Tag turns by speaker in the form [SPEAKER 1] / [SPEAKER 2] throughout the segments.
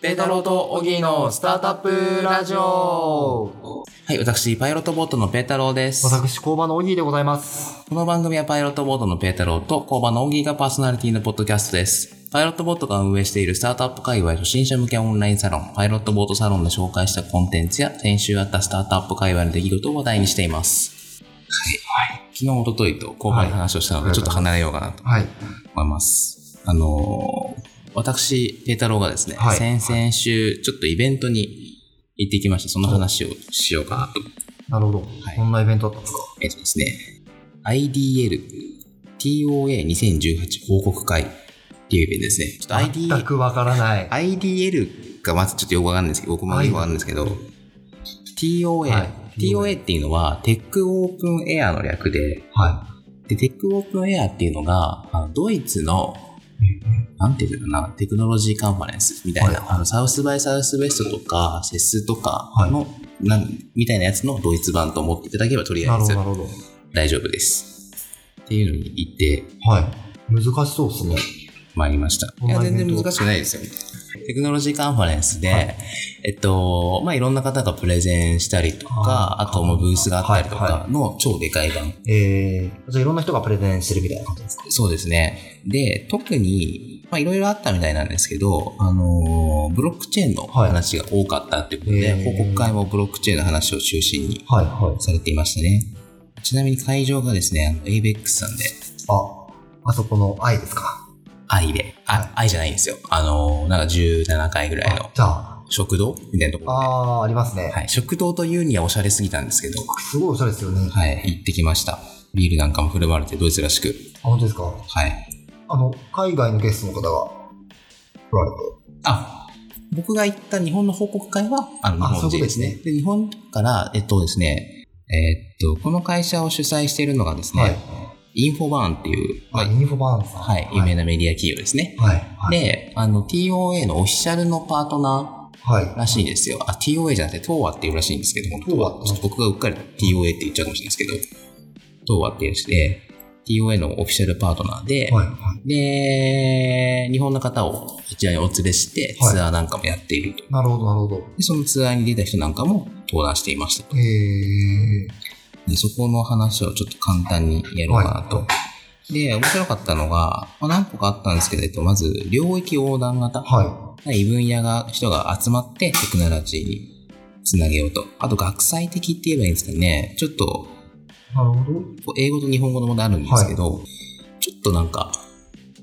[SPEAKER 1] ペータローとオギーのスタートアップラジオ
[SPEAKER 2] はい、私、パイロットボートのペータローです。
[SPEAKER 1] 私、工場のオギーでございます。
[SPEAKER 2] この番組はパイロットボートのペータローと工場のオギーがパーソナリティのポッドキャストです。パイロットボートが運営しているスタートアップ界隈初心者向けオンラインサロン、パイロットボートサロンで紹介したコンテンツや、先週あったスタートアップ界隈の出来事を話題にしています。はい。昨日、おとといと工場の話をしたの
[SPEAKER 1] は
[SPEAKER 2] で、
[SPEAKER 1] い
[SPEAKER 2] ちょっと離れようかなと
[SPEAKER 1] はい。
[SPEAKER 2] 思います。あのー私、ペータローがですね、
[SPEAKER 1] はい
[SPEAKER 2] 先々週、ちょっとイベントに行ってきました。その話をしようかなと
[SPEAKER 1] なるほど。
[SPEAKER 2] はい
[SPEAKER 1] こんなイベントだったんですか
[SPEAKER 2] えっとですね、IDL TOA2018 報告会っていうイベントですね。ちょっと ID
[SPEAKER 1] 全くわからない。
[SPEAKER 2] IDL がまずちょっとよくわかんないんですけど、僕もよくわかんないんですけど、TOA、
[SPEAKER 1] はい
[SPEAKER 2] TOA っていうのは、テックオープンエアの略で、
[SPEAKER 1] は
[SPEAKER 2] で、テックオープンエアっていうのが、あのドイツの、なんていうのかな、テクノロジーカンファレンスみたいな、
[SPEAKER 1] は
[SPEAKER 2] あのサウスバイサウスウェストとか、セスとかの、なんみたいなやつのドイツ版と思っていただければと
[SPEAKER 1] い。
[SPEAKER 2] りあ
[SPEAKER 1] な
[SPEAKER 2] えず
[SPEAKER 1] るほど、なるほど。
[SPEAKER 2] 大丈夫です。っていうのに行って
[SPEAKER 1] はい。難しそうですね。
[SPEAKER 2] まいりました。
[SPEAKER 1] いや全然難
[SPEAKER 2] しくないですよ。テクノロジーカンファレンスで、えっと、まあ、いろんな方がプレゼンしたりとか、
[SPEAKER 1] あ
[SPEAKER 2] あともうブースがあったりと
[SPEAKER 1] はい
[SPEAKER 2] か
[SPEAKER 1] は
[SPEAKER 2] の超でかい版。
[SPEAKER 1] えー、じゃあいろんな人がプレゼンしてるみたいな感じですか
[SPEAKER 2] そうですね。で、特に、まあ、いろいろあったみたいなんですけど、あのーブロックチェーンの話が多かったっていうことで、
[SPEAKER 1] はい
[SPEAKER 2] 報告会もブロックチェーンの話を中心に
[SPEAKER 1] はい、はい。
[SPEAKER 2] されていましたね。ちなみに会場がですね、あの ABEX さんで、
[SPEAKER 1] あ、あそこの愛ですか
[SPEAKER 2] 愛で、あ、愛じゃないんですよ。あの、なんか17回ぐらいの
[SPEAKER 1] じゃあ、
[SPEAKER 2] 食堂みたいなところ
[SPEAKER 1] あー、ありますね
[SPEAKER 2] で。。はい。食堂というにはおしゃれすぎたんですけど、
[SPEAKER 1] すごいおしゃれですよね。あ、
[SPEAKER 2] はい。行ってきました。ビールなんかも振る舞われてドイツらしく。
[SPEAKER 1] 本当ですか
[SPEAKER 2] はい。
[SPEAKER 1] あの、海外のゲストの方が来られて。
[SPEAKER 2] あ、僕が行った日本の報告会は、あの、
[SPEAKER 1] あ
[SPEAKER 2] 日本人ですね。
[SPEAKER 1] そういう
[SPEAKER 2] で日本から、えっとですね、えっと、この会社を主催しているのがですね、
[SPEAKER 1] はい。
[SPEAKER 2] インフォバーンっていう、ま
[SPEAKER 1] あ、
[SPEAKER 2] あ
[SPEAKER 1] インフォバーンさん。
[SPEAKER 2] はい、有名なメディア企業ですね。
[SPEAKER 1] はい。はい。
[SPEAKER 2] で、あの、TOA のオフィシャルのパートナー、
[SPEAKER 1] はい。
[SPEAKER 2] らしいですよ。あ、TOA じゃなくて TOA っていうらしいんですけど、本当は
[SPEAKER 1] TOA
[SPEAKER 2] ちょっと僕がうっかり TOA って言っちゃうかもしれないですけど、TOA っていうやつで、TOA のオフィシャルパートナーで、
[SPEAKER 1] はい。はい。
[SPEAKER 2] で、日本の方をそちらにお連れして、
[SPEAKER 1] はい
[SPEAKER 2] ツアーなんかもやっていると。
[SPEAKER 1] なるほど、なるほど。
[SPEAKER 2] で、そのツアーに出た人なんかも登壇していましたと。
[SPEAKER 1] えー、
[SPEAKER 2] でそこの話をちょっと簡単にやろうかなと。
[SPEAKER 1] は
[SPEAKER 2] で、面白かったのが、まあ、何個かあったんですけどえっと、まず、領域横断型。
[SPEAKER 1] は
[SPEAKER 2] 異分野が、人が集まってテクノロジーにつなげようと。あと学際的って言えばいいんですかね。ちょっと、
[SPEAKER 1] い。なるほど。
[SPEAKER 2] こう英語と日本語のものあるんですけど、ちょっとなんか、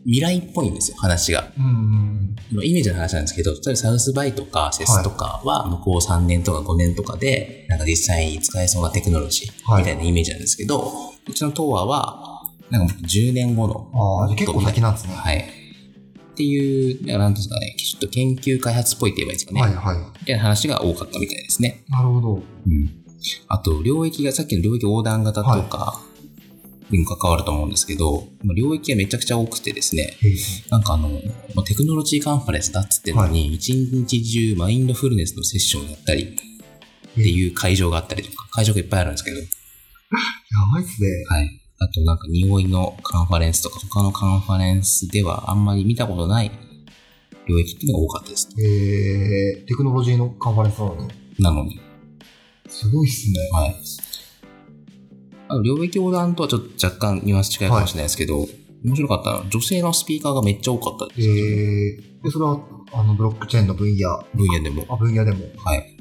[SPEAKER 2] 未来っぽいんですよ、話が。
[SPEAKER 1] うん。
[SPEAKER 2] まあイメージの話なんですけど、例えばサウスバイとかセスとかは、向こう3年とか5年とかで、なんか実際に使えそうなテクノロジー
[SPEAKER 1] はい
[SPEAKER 2] みたいなイメージなんですけど、うちの東亜は、なんか10年後の、
[SPEAKER 1] ああ、じゃあ結構先なんですね。
[SPEAKER 2] はい。っていう、なんていうんですかね、ちょっと研究開発っぽいって言えばいいですかね。
[SPEAKER 1] はい、はい。
[SPEAKER 2] みたいな話が多かったみたいですね。
[SPEAKER 1] なるほど。
[SPEAKER 2] あと、領域が、さっきの領域横断型とかにも関わると思うんですけど、まあ領域がめちゃくちゃ多くてですね、
[SPEAKER 1] えー
[SPEAKER 2] なんかあの、まあテクノロジーカンファレンスだっつってんのに、一日中マインドフルネスのセッションだったりっていう会場があったりとか、会場がいっぱいあるんですけど、
[SPEAKER 1] やばいっすね。
[SPEAKER 2] はい。あとなんか匂いのカンファレンスとか、他のカンファレンスではあんまり見たことない領域っていうのが多かったです。
[SPEAKER 1] えー、テクノロジーのカンファレンスなのに。
[SPEAKER 2] なのに。
[SPEAKER 1] すごいっすね。
[SPEAKER 2] はい。あの領域横断とはちょっと若干ニュアンス違いかもしれないですけど、面白かったのは女性のスピーカーがめっちゃ多かった
[SPEAKER 1] えー、で、それは、あの、ブロックチェーンの分野、
[SPEAKER 2] 分野でも。
[SPEAKER 1] あ、分野でも。
[SPEAKER 2] はい。
[SPEAKER 1] うん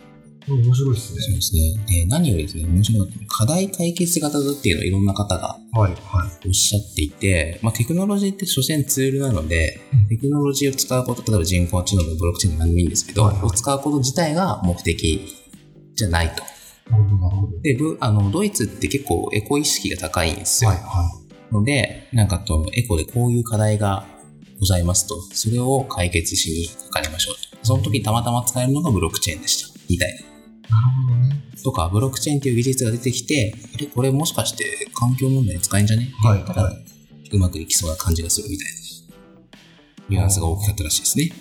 [SPEAKER 1] 面白いっ
[SPEAKER 2] そ
[SPEAKER 1] す
[SPEAKER 2] う
[SPEAKER 1] ね。
[SPEAKER 2] ですね。で、何よりですね、面白かったのは課題解決型だっていうのをいろんな方が
[SPEAKER 1] はい、はい。
[SPEAKER 2] おっしゃっていて、まあ、テクノロジーって所詮ツールなので、
[SPEAKER 1] うん
[SPEAKER 2] テクノロジーを使うこと、例えば人工知能のブロックチェーンでも何でもいいんですけど、
[SPEAKER 1] はいはい
[SPEAKER 2] を使うこと自体が目的じゃないと。
[SPEAKER 1] なるほど、なるほど。
[SPEAKER 2] で、ぶあの、ドイツって結構エコ意識が高いんですよ。
[SPEAKER 1] はい、はい。
[SPEAKER 2] ので、なんかと、エコでこういう課題がございますと、それを解決しにかかりましょうと。その時にたまたま使えるのがブロックチェーンでした。みたいな。
[SPEAKER 1] なるほどね。
[SPEAKER 2] とか、ブロックチェーンっていう技術が出てきて、あれ、これもしかして環境問題に使えんじゃね
[SPEAKER 1] はい、
[SPEAKER 2] だから
[SPEAKER 1] は、
[SPEAKER 2] うまくいきそうな感じがするみたいな。ニュアンスが大きかったらしいですね。
[SPEAKER 1] い。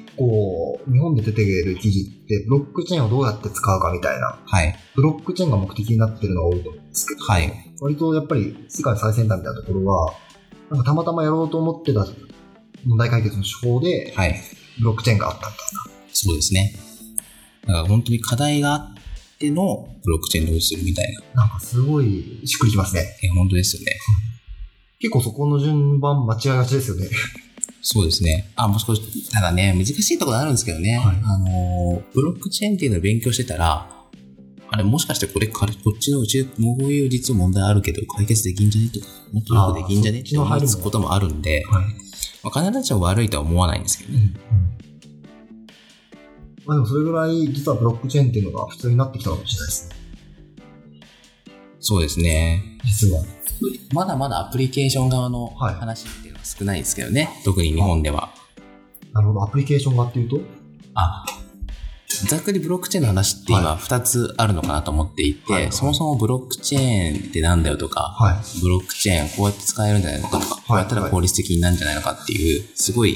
[SPEAKER 1] 結構、日本で出ている記事って、ブロックチェーンをどうやって使うかみたいな、
[SPEAKER 2] はい。
[SPEAKER 1] ブロックチェーンが目的になってるのが多いと思うんですけど、
[SPEAKER 2] はい。
[SPEAKER 1] 割とやっぱり世界最先端みたいなところは、なんかたまたまやろうと思ってた問題解決の手法で、
[SPEAKER 2] はい。
[SPEAKER 1] ブロックチェーンがあったみ
[SPEAKER 2] そうですね。だから本当に課題があってのブロックチェーン導入するみたいな。
[SPEAKER 1] なんかすごいしっくりきますね。
[SPEAKER 2] いや、本当ですよね。
[SPEAKER 1] 結構そこの順番間違いがちですよね。
[SPEAKER 2] そうですね。あ、もしかしたらね、難しいところあるんですけどね。
[SPEAKER 1] はい
[SPEAKER 2] あのー、ブロックチェーンっていうのを勉強してたら、あれ、もしかしてこれ、これこっちのうち、もうこういう実は問題あるけど、解決できんじゃねとか、もっとよくできんじゃね
[SPEAKER 1] あー
[SPEAKER 2] って思いつくこともあるんで、
[SPEAKER 1] はい。
[SPEAKER 2] まあ、必ずしも悪いとは思わないんですけど
[SPEAKER 1] う
[SPEAKER 2] ね。
[SPEAKER 1] んうん。まあでもそれぐらい実はブロックチェーンっていうのが普通になってきたかもしれないですね。
[SPEAKER 2] そうですね。
[SPEAKER 1] 実は。
[SPEAKER 2] まだまだアプリケーション側の
[SPEAKER 1] はい
[SPEAKER 2] 話っていうのは少ないですけどね。特に日本では。
[SPEAKER 1] なるほど。アプリケーションがっていうと
[SPEAKER 2] あざっくりブロックチェーンの話って今2つあるのかなと思っていて、
[SPEAKER 1] はい
[SPEAKER 2] そもそもブロックチェーンってなんだよとか、
[SPEAKER 1] はい。
[SPEAKER 2] ブロックチェーンこうやって使えるんじゃないのかとか、こうやったら効率的になるんじゃないのかっていう、すごい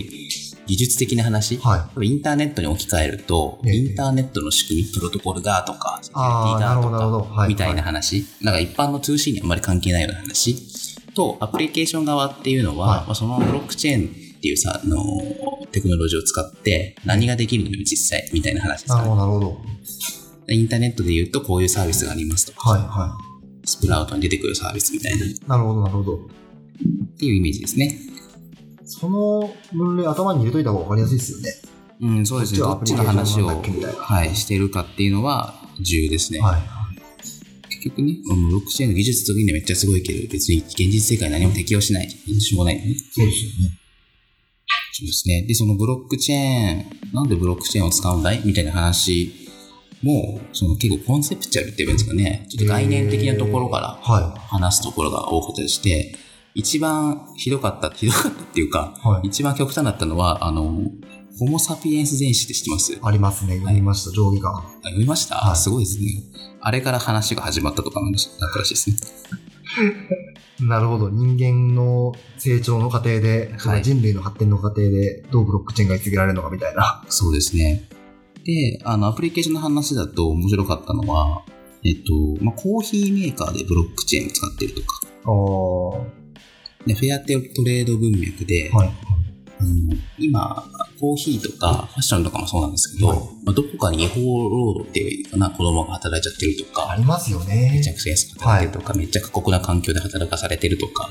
[SPEAKER 2] 技術的な話。
[SPEAKER 1] はい。
[SPEAKER 2] インターネットに置き換えると、
[SPEAKER 1] ええ
[SPEAKER 2] インターネットの仕組み、プロトコルがとか、セキュリ
[SPEAKER 1] ああ、
[SPEAKER 2] ティ
[SPEAKER 1] なる
[SPEAKER 2] が
[SPEAKER 1] ほど、なるほ
[SPEAKER 2] と
[SPEAKER 1] ど。
[SPEAKER 2] か、
[SPEAKER 1] はい。
[SPEAKER 2] みたいな話。なんか一般の 2C にあんまり関係ないような話。と、アプリケーション側っていうのは、
[SPEAKER 1] はい
[SPEAKER 2] まあ、そのブロックチェーンっていうさ、あのテクノロジーを使って何ができるのよ、実際、みたいな話です
[SPEAKER 1] な
[SPEAKER 2] か
[SPEAKER 1] るほ
[SPEAKER 2] ら、
[SPEAKER 1] ど、なるほど。
[SPEAKER 2] インターネットで言うと、こういうサービスがありますとか、
[SPEAKER 1] はい、は
[SPEAKER 2] スプラウトに出てくるサービスみたいな、っ
[SPEAKER 1] い。なるほど、なるほど。
[SPEAKER 2] ていうイメージですね。
[SPEAKER 1] その分類頭に入れといた方が分かりやすいですよね。
[SPEAKER 2] うん、そうですね。どっちの話を
[SPEAKER 1] こっ、ちはアプリケーションなんだっけみたいな
[SPEAKER 2] はい、してるかっていうのは重要ですね。
[SPEAKER 1] はい。
[SPEAKER 2] 結局ね、うんブロックチェーンの技術的にはめっちゃすごいけど、別に現実世界に何も適用しない。しょうがないよね。
[SPEAKER 1] そうですよね。
[SPEAKER 2] そうですね。で、そのブロックチェーン、なんでブロックチェーンを使うんだいみたいな話も、その結構コンセプチュアルって言うんですかね。ちょっと概念的なところから
[SPEAKER 1] は
[SPEAKER 2] 話すところが多かったりして、一番ひどかった、ひどかったっていうか、
[SPEAKER 1] い。はい。
[SPEAKER 2] 一番極端だったのは、あの、ホモ・サピエンス全史って知ってます
[SPEAKER 1] ありますね。読みました、上下が。
[SPEAKER 2] あ読みました、
[SPEAKER 1] はい
[SPEAKER 2] すごいですね。あれから話が始まったとかなんだったらしいですね。
[SPEAKER 1] なるほど。人間の成長の過程で、それから人類の発展の過程で、どうブロックチェーンが実現られるのかみたいな。
[SPEAKER 2] そうですね。で、あの、アプリケーションの話だと面白かったのは、えっと、まあ、コーヒーメーカーでブロックチェーンを使ってるとか、
[SPEAKER 1] ああ、は
[SPEAKER 2] でフェアテトレード文脈で、
[SPEAKER 1] い。
[SPEAKER 2] あの今、コーヒーとかファッションとかもそうなんですけど、
[SPEAKER 1] はい
[SPEAKER 2] まあ、どこかに違法労働っていうかな、子供が働いちゃってると
[SPEAKER 1] あ
[SPEAKER 2] か、
[SPEAKER 1] りますよね
[SPEAKER 2] めち。ゃくちゃ安く働いてるとか、めっちゃ過酷な環境で働かされてるとか、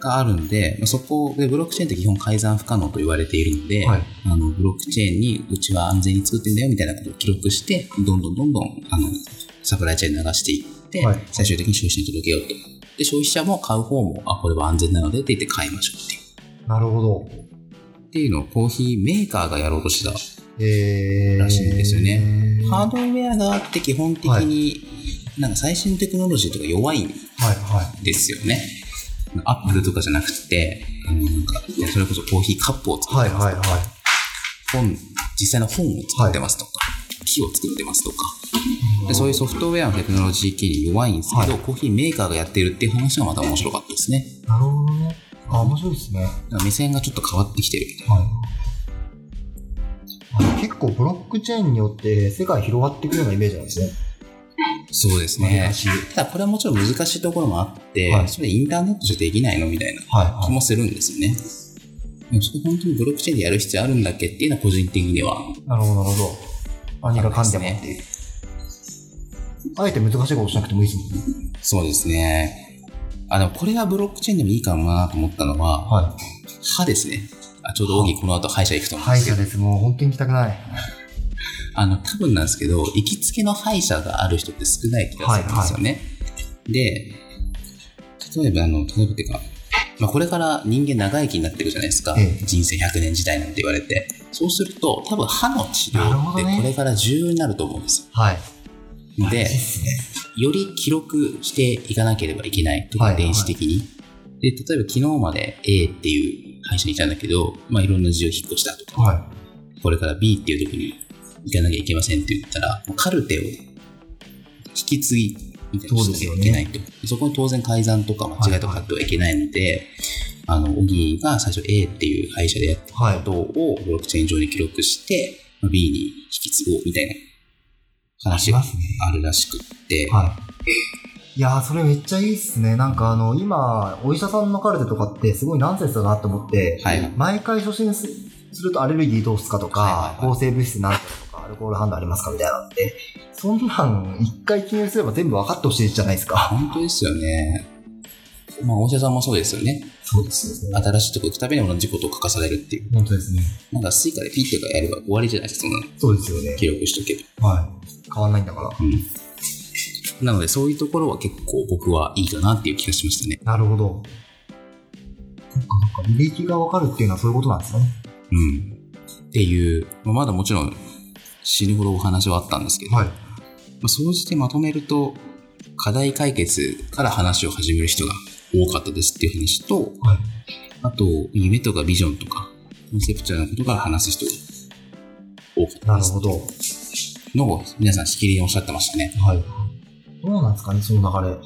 [SPEAKER 2] があるんで、まあそこでブロックチェーンって基本改ざん不可能と言われているので、
[SPEAKER 1] はい。
[SPEAKER 2] あの、ブロックチェーンにうちは安全に作ってんだよみたいなことを記録して、どんどんどんどん、あの、サプライチェーンに流していって、
[SPEAKER 1] はい
[SPEAKER 2] 最終的に消費者に届けようと。で、消費者も買う方も、あ、これは安全なのでって言って買いましょうっていう。
[SPEAKER 1] なるほど。
[SPEAKER 2] っていうのをコーヒーメーカーがやろうとしてた。
[SPEAKER 1] えー。
[SPEAKER 2] らしいんですよ
[SPEAKER 1] ね
[SPEAKER 2] ハー
[SPEAKER 1] は
[SPEAKER 2] ドウェア側って基本的に、
[SPEAKER 1] は
[SPEAKER 2] なんか最新テクノロジーとか弱いん
[SPEAKER 1] い、は
[SPEAKER 2] ですよね。アップルとかじゃなくて、あの、なんか、それこそコーヒーカップを
[SPEAKER 1] い。
[SPEAKER 2] 作っ
[SPEAKER 1] はい、
[SPEAKER 2] てますとか、
[SPEAKER 1] はい、はい。
[SPEAKER 2] 本、実際の本を作ってますとか、木を作ってますとか、でそういうソフトウェアのテクノロジー系に弱いんですけど、コーヒーメーカーがやってるっていう話がまた面白かったですね。
[SPEAKER 1] なるほどね。あ、面白いですね。はい
[SPEAKER 2] だから目線がちょっと変わってきてる。。
[SPEAKER 1] あの結構ブロックチェーンによって世界広がっていくようなイメージなんですね。
[SPEAKER 2] そうですね。ただこれはもちろん難しいところもあって、
[SPEAKER 1] はい
[SPEAKER 2] それインターネットじゃできないのみたいな
[SPEAKER 1] はい、
[SPEAKER 2] 気
[SPEAKER 1] は
[SPEAKER 2] もするんですよね。でもそこ本当にブロックチェーンでやる必要あるんだっけっていうのは個人的には。
[SPEAKER 1] い。なるほど、なるほど。何がかんでもっていう。あえて難しいことしなくてもいいですもんね。
[SPEAKER 2] そうですね。あ、でもこれがブロックチェーンでもいいかもなと思ったのは、
[SPEAKER 1] は
[SPEAKER 2] 歯ですね。あちょうど大きこの後歯医者行くと
[SPEAKER 1] い。
[SPEAKER 2] 思うん
[SPEAKER 1] 歯
[SPEAKER 2] で
[SPEAKER 1] 医
[SPEAKER 2] すけ
[SPEAKER 1] 者
[SPEAKER 2] ど、
[SPEAKER 1] です。もう本当に行きたくない。
[SPEAKER 2] あの、多分なんですけど、行きつけの歯医者がある人って少ない気がするんですよね。で、例えば、あの、例えばっていうか、まあ、これから人間長生きになってるじゃないですか。
[SPEAKER 1] ええ
[SPEAKER 2] 人生100年時代なんて言われて。そうすると、多分歯の治
[SPEAKER 1] なる
[SPEAKER 2] 療っ
[SPEAKER 1] ほ
[SPEAKER 2] て
[SPEAKER 1] どね
[SPEAKER 2] これから重要になると思うんですよ。
[SPEAKER 1] はい。
[SPEAKER 2] で
[SPEAKER 1] 大事っ、すね。
[SPEAKER 2] より記録していかなければいけない。特
[SPEAKER 1] はい
[SPEAKER 2] に電子的に。で、例えば昨日まで A っていう会社にいたんだけど、まあ、いろんな字を引っ越したとか、
[SPEAKER 1] はい。
[SPEAKER 2] これから B っていうとこに行かなきゃいけませんって言ったら、カルテを引き継ぎみたいなのをしなきゃいけないと。そこに当然改ざんとか間違いとかあってはいけないので、あの、小木が最初 A っていう会社でやった
[SPEAKER 1] はい。
[SPEAKER 2] ことをブロックチェーン上に記録して、まあ B に引き継ごうみたいな話が
[SPEAKER 1] すね。
[SPEAKER 2] あるらしくって、
[SPEAKER 1] はい。いやー、それめっちゃいいっすね。なんかあの、今、お医者さんのカルテとかってすごいナンセンスだなと思って、
[SPEAKER 2] はい
[SPEAKER 1] 毎回初診すするとアレルギーどうすかと
[SPEAKER 2] はい
[SPEAKER 1] か
[SPEAKER 2] は、いはい
[SPEAKER 1] 抗生物質なんとかとか、アルコール反応ありますかみたいなのって、そんなん一回記入すれば全部分かってほしいじゃないですか。
[SPEAKER 2] 本当ですよね。まあ、お医者さんもそうですよね。
[SPEAKER 1] そうですね。
[SPEAKER 2] 新しいとこ行くたびに同じことを書かされるっていう。
[SPEAKER 1] 本当ですね。
[SPEAKER 2] なんか、スイカでピッてかやれば終わりじゃないですか、そんなの
[SPEAKER 1] そうですよね。
[SPEAKER 2] 記録しとけば。
[SPEAKER 1] はい。変わんないんだから。
[SPEAKER 2] なので、そういうところは結構僕はいいかなっていう気がしましたね。
[SPEAKER 1] なるほど。そっかそっか。履歴が分かるっていうのはそういうことなんですね。
[SPEAKER 2] うん。っていう、まあまだもちろん死ぬほどお話はあったんですけど、
[SPEAKER 1] はい。
[SPEAKER 2] まあ、総じてまとめると、課題解決から話を始める人が多かったですっていう話と、
[SPEAKER 1] はい
[SPEAKER 2] あと、夢とかビジョンとか、コンセプチュアルなことから話す人が多かった
[SPEAKER 1] な
[SPEAKER 2] で
[SPEAKER 1] る
[SPEAKER 2] す
[SPEAKER 1] ほど。
[SPEAKER 2] のを皆さんしきりにおっしゃってましたね。
[SPEAKER 1] はい。どうなんですかね、その流れ。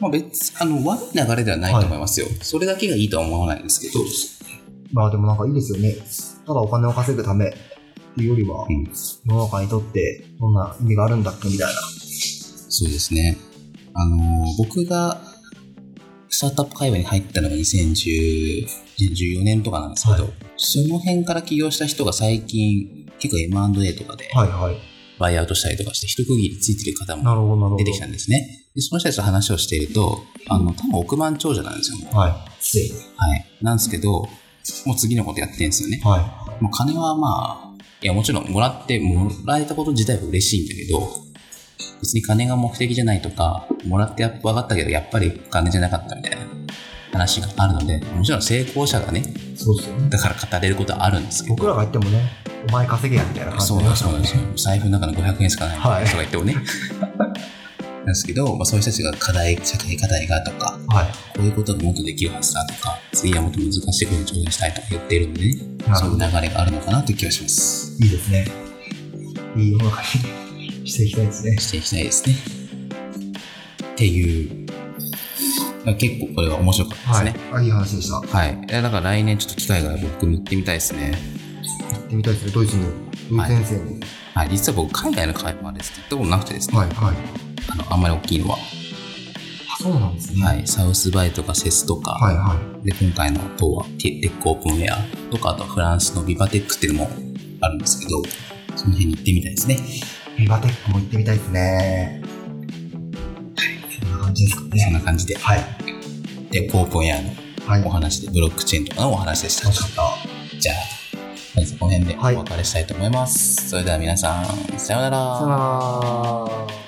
[SPEAKER 2] まあ別、あの、悪い流れではないと思いますよ。それだけがいいとは思わないですけど、
[SPEAKER 1] まあでもなんかいいですよね。ただお金を稼ぐためっていうよりは
[SPEAKER 2] う、ん、
[SPEAKER 1] 世の中にとってどんな意味があるんだっけみたいな。
[SPEAKER 2] そうですね。あのー僕がスタートアップ界隈に入ったのが2010 2014年とかなんですけど、その辺から起業した人が最近結構 M&A とかで
[SPEAKER 1] はいはい。
[SPEAKER 2] バイアウトしたりとかして一区切りついてる方も
[SPEAKER 1] なるほど、なるほど。
[SPEAKER 2] 出てきたんですね。でその人たちと話をしていると、あの、多分億万長者なんですよ。
[SPEAKER 1] はい。失礼。
[SPEAKER 2] はい。なんですけど、もう次のことやってるんですよね。
[SPEAKER 1] は
[SPEAKER 2] まあ、金はまあ、いや、もちろんもらって、もらえたこと自体は嬉しいんだけど、別に金が目的じゃないとか、もらってやっ分かったけど、やっぱり金じゃなかったみたいな話があるので、もちろん成功者がね、
[SPEAKER 1] い。そうですよね。
[SPEAKER 2] だから語れることはあるんですけど、
[SPEAKER 1] 僕らが言ってもね、お前稼げやみたいな感じ
[SPEAKER 2] そうなんです、そうなんですよ。財布の中の500円しかないみたいな人がいても ね。なんですけど、まあ、そういう人たちが課題、社会課題がとか、
[SPEAKER 1] はい。
[SPEAKER 2] こういうことがもっとできるはずだとか、次はもっと難しいことに挑戦したいとか言っているので、ね、
[SPEAKER 1] なる
[SPEAKER 2] そうい
[SPEAKER 1] ほ
[SPEAKER 2] う
[SPEAKER 1] ど。
[SPEAKER 2] 流れがあるのかなという気がします。
[SPEAKER 1] いいですね。いい世の中にしていきたいですね。
[SPEAKER 2] していきたいですね。っていう、まあ結構これは面白かったですね。
[SPEAKER 1] はい。あ、いい話でした。行
[SPEAKER 2] はい。えだから来年ちょっと機会があれば僕も行ってみたいですね。
[SPEAKER 1] ってみたいですね、ドイツに。ドイツ先生に。
[SPEAKER 2] はい。実は僕、海外の会話ですって行ったことなくてですね。
[SPEAKER 1] はい、はい。
[SPEAKER 2] あの、あんまり大きいのは。
[SPEAKER 1] あ、そうなんですね。。
[SPEAKER 2] はいい。サウスバイとかセスとか。
[SPEAKER 1] はい、はい。
[SPEAKER 2] で、今回の党はテテックオープンウェアとか、あとフランスのビバテックっていうのもあるんですけど、その辺に行ってみたいですね。
[SPEAKER 1] ビバテックも行ってみたいですね。そんな感じですか
[SPEAKER 2] そん
[SPEAKER 1] ね。
[SPEAKER 2] な感じで、
[SPEAKER 1] はい。
[SPEAKER 2] テックオープンウェアの
[SPEAKER 1] はい。
[SPEAKER 2] お
[SPEAKER 1] 楽
[SPEAKER 2] 話で、ブロックチェーンとかのお話でした。
[SPEAKER 1] しかっ
[SPEAKER 2] じゃあ、まずこの辺でお別れしたいと思います。それでは皆さん、さような
[SPEAKER 1] た。さよなら。